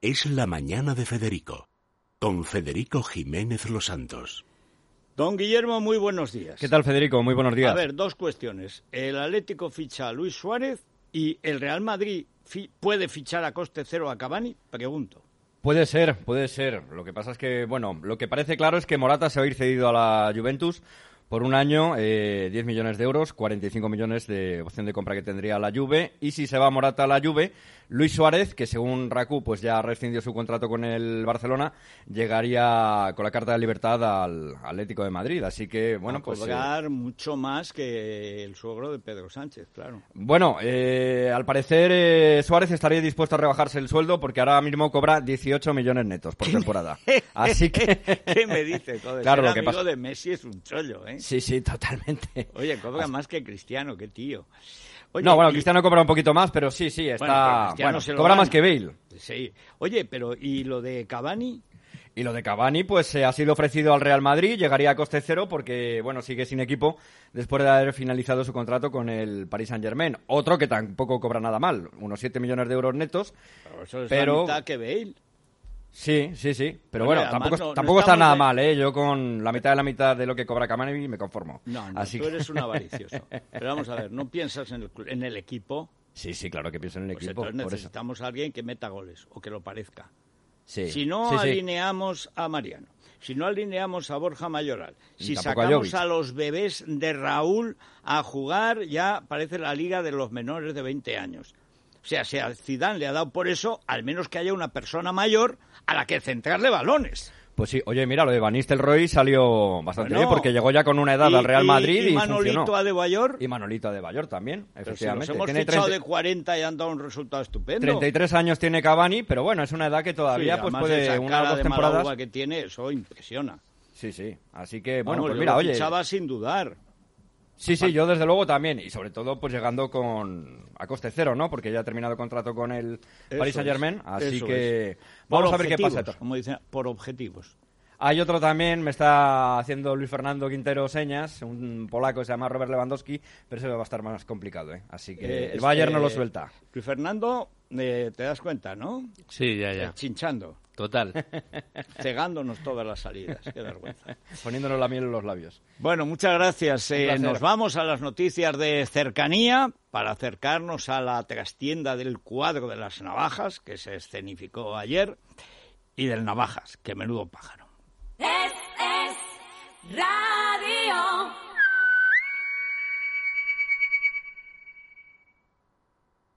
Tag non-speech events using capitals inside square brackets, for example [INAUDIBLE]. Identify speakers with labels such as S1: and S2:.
S1: Es la mañana de Federico, con Federico Jiménez Los Santos.
S2: Don Guillermo, muy buenos días.
S3: ¿Qué tal, Federico? Muy buenos días.
S2: A ver, dos cuestiones. El Atlético ficha a Luis Suárez y el Real Madrid fi- puede fichar a coste cero a Cavani, pregunto.
S3: Puede ser, puede ser. Lo que pasa es que, bueno, lo que parece claro es que Morata se va a ir cedido a la Juventus por un año, eh, 10 millones de euros, 45 millones de opción de compra que tendría la Juve. Y si se va Morata a la Juve, Luis Suárez, que según Raku pues ya rescindió su contrato con el Barcelona, llegaría con la carta de libertad al Atlético de Madrid. Así que, bueno,
S2: a
S3: pues... eh,
S2: cobrar mucho más que el suegro de Pedro Sánchez, claro. [LAUGHS]
S3: Bueno, eh, al parecer eh, Suárez estaría dispuesto a rebajarse el sueldo porque ahora mismo cobra 18 millones netos por temporada.
S2: [LAUGHS]
S3: Así que...
S2: ¿Qué me dices? Joder,
S3: [LAUGHS] Claro,
S2: ser
S3: lo que
S2: amigo
S3: pasa-
S2: de Messi es un chollo, ¿eh?
S3: Sí, sí, totalmente.
S2: Oye, cobra más que Cristiano, qué tío. Oye,
S3: no, bueno,
S2: y-
S3: Cristiano cobra un poquito más, pero sí, sí,
S2: Bueno, pero
S3: está... Bueno,
S2: Cristiano se lo
S3: cobra
S2: gana.
S3: más que Bale.
S2: Sí. Oye, pero ¿y lo de Cavani?
S3: Y lo de Cavani, pues eh, ha sido ofrecido al Real Madrid, llegaría a coste cero porque, bueno, sigue sin equipo después de haber finalizado su contrato con el Paris Saint-Germain. Otro que tampoco cobra nada mal, unos 7 millones de euros netos.
S2: Eso es
S3: Pero-
S2: la mitad que Bale.
S3: Sí, sí, sí. Pero
S2: Hombre,
S3: bueno,
S2: además
S3: tampoco,
S2: no- no
S3: tampoco está
S2: estamos
S3: nada
S2: de-
S3: mal, ¿eh? Yo con la mitad de la mitad de lo que cobra Cavani me conformo.
S2: No, no,
S3: Así
S2: tú
S3: que-
S2: eres un
S3: [LAUGHS]
S2: avaricioso. Pero vamos a ver, ¿no piensas en el, cl- en el equipo?
S3: Sí, sí, claro que pienso en el
S2: Pues
S3: equipo.
S2: entonces
S3: por eso.
S2: necesitamos a alguien que meta goles o que lo parezca.
S3: Sí,
S2: Si no
S3: sí, sí.
S2: alineamos a Mariano, si no alineamos a Borja Mayoral,
S3: Y
S2: si
S3: tampoco a
S2: sacamos
S3: Jovic.
S2: a, los bebés de Raúl a jugar, ya parece la liga de los menores de 20 años. O sea, si a Zidane le ha dado por eso, al menos que haya una persona mayor a la que centrarle balones.
S3: Pues sí, oye, mira, lo de Van Nistelrooy salió bastante
S2: Bueno,
S3: bien porque llegó ya con una edad al Real Madrid y,
S2: y, Manolito
S3: funcionó.
S2: Adebayor,
S3: Y Manolito de Bayor también,
S2: pero si los
S3: efectivamente.
S2: hemos
S3: Tiene
S2: fichado
S3: 30
S2: de 40 y han dado un resultado estupendo.
S3: 33 años tiene Cavani, pero bueno, es una edad que
S2: Sí,
S3: todavía pues
S2: además
S3: puede
S2: esa
S3: una o
S2: cara
S3: dos
S2: de mala uva
S3: temporadas.
S2: que tiene, eso impresiona.
S3: Sí, sí. Así que bueno,
S2: Vamos,
S3: pues
S2: yo
S3: mira,
S2: lo
S3: oye.
S2: fichaba sin dudar.
S3: Sí, sí, yo desde luego también y sobre todo pues llegando con a coste cero, ¿no? Porque ya ha terminado contrato con el
S2: Eso
S3: Paris Saint-Germain,
S2: es,
S3: así
S2: eso
S3: que
S2: es.
S3: vamos
S2: Por
S3: a ver qué
S2: objetivos,
S3: pasa.
S2: Como dicen, por objetivos.
S3: Hay otro también, me está haciendo Luis Fernando Quintero señas, un polaco que se llama Robert Lewandowski, pero eso va a estar más complicado, ¿eh? Así que
S2: Eh,
S3: el
S2: este,
S3: Bayern no lo suelta.
S2: Luis Fernando, eh, te das cuenta, ¿no?
S4: Sí, ya, ya.
S2: Eh, Chinchando,
S4: Total.
S2: [LAUGHS] cegándonos todas las salidas. Qué vergüenza.
S3: Poniéndonos la miel en los labios.
S2: Bueno, muchas gracias. Eh,
S3: placer.
S2: nos vamos a las noticias de cercanía para acercarnos a la trastienda del cuadro de las navajas que se escenificó ayer y del navajas, que menudo pájaro.
S5: This is Radio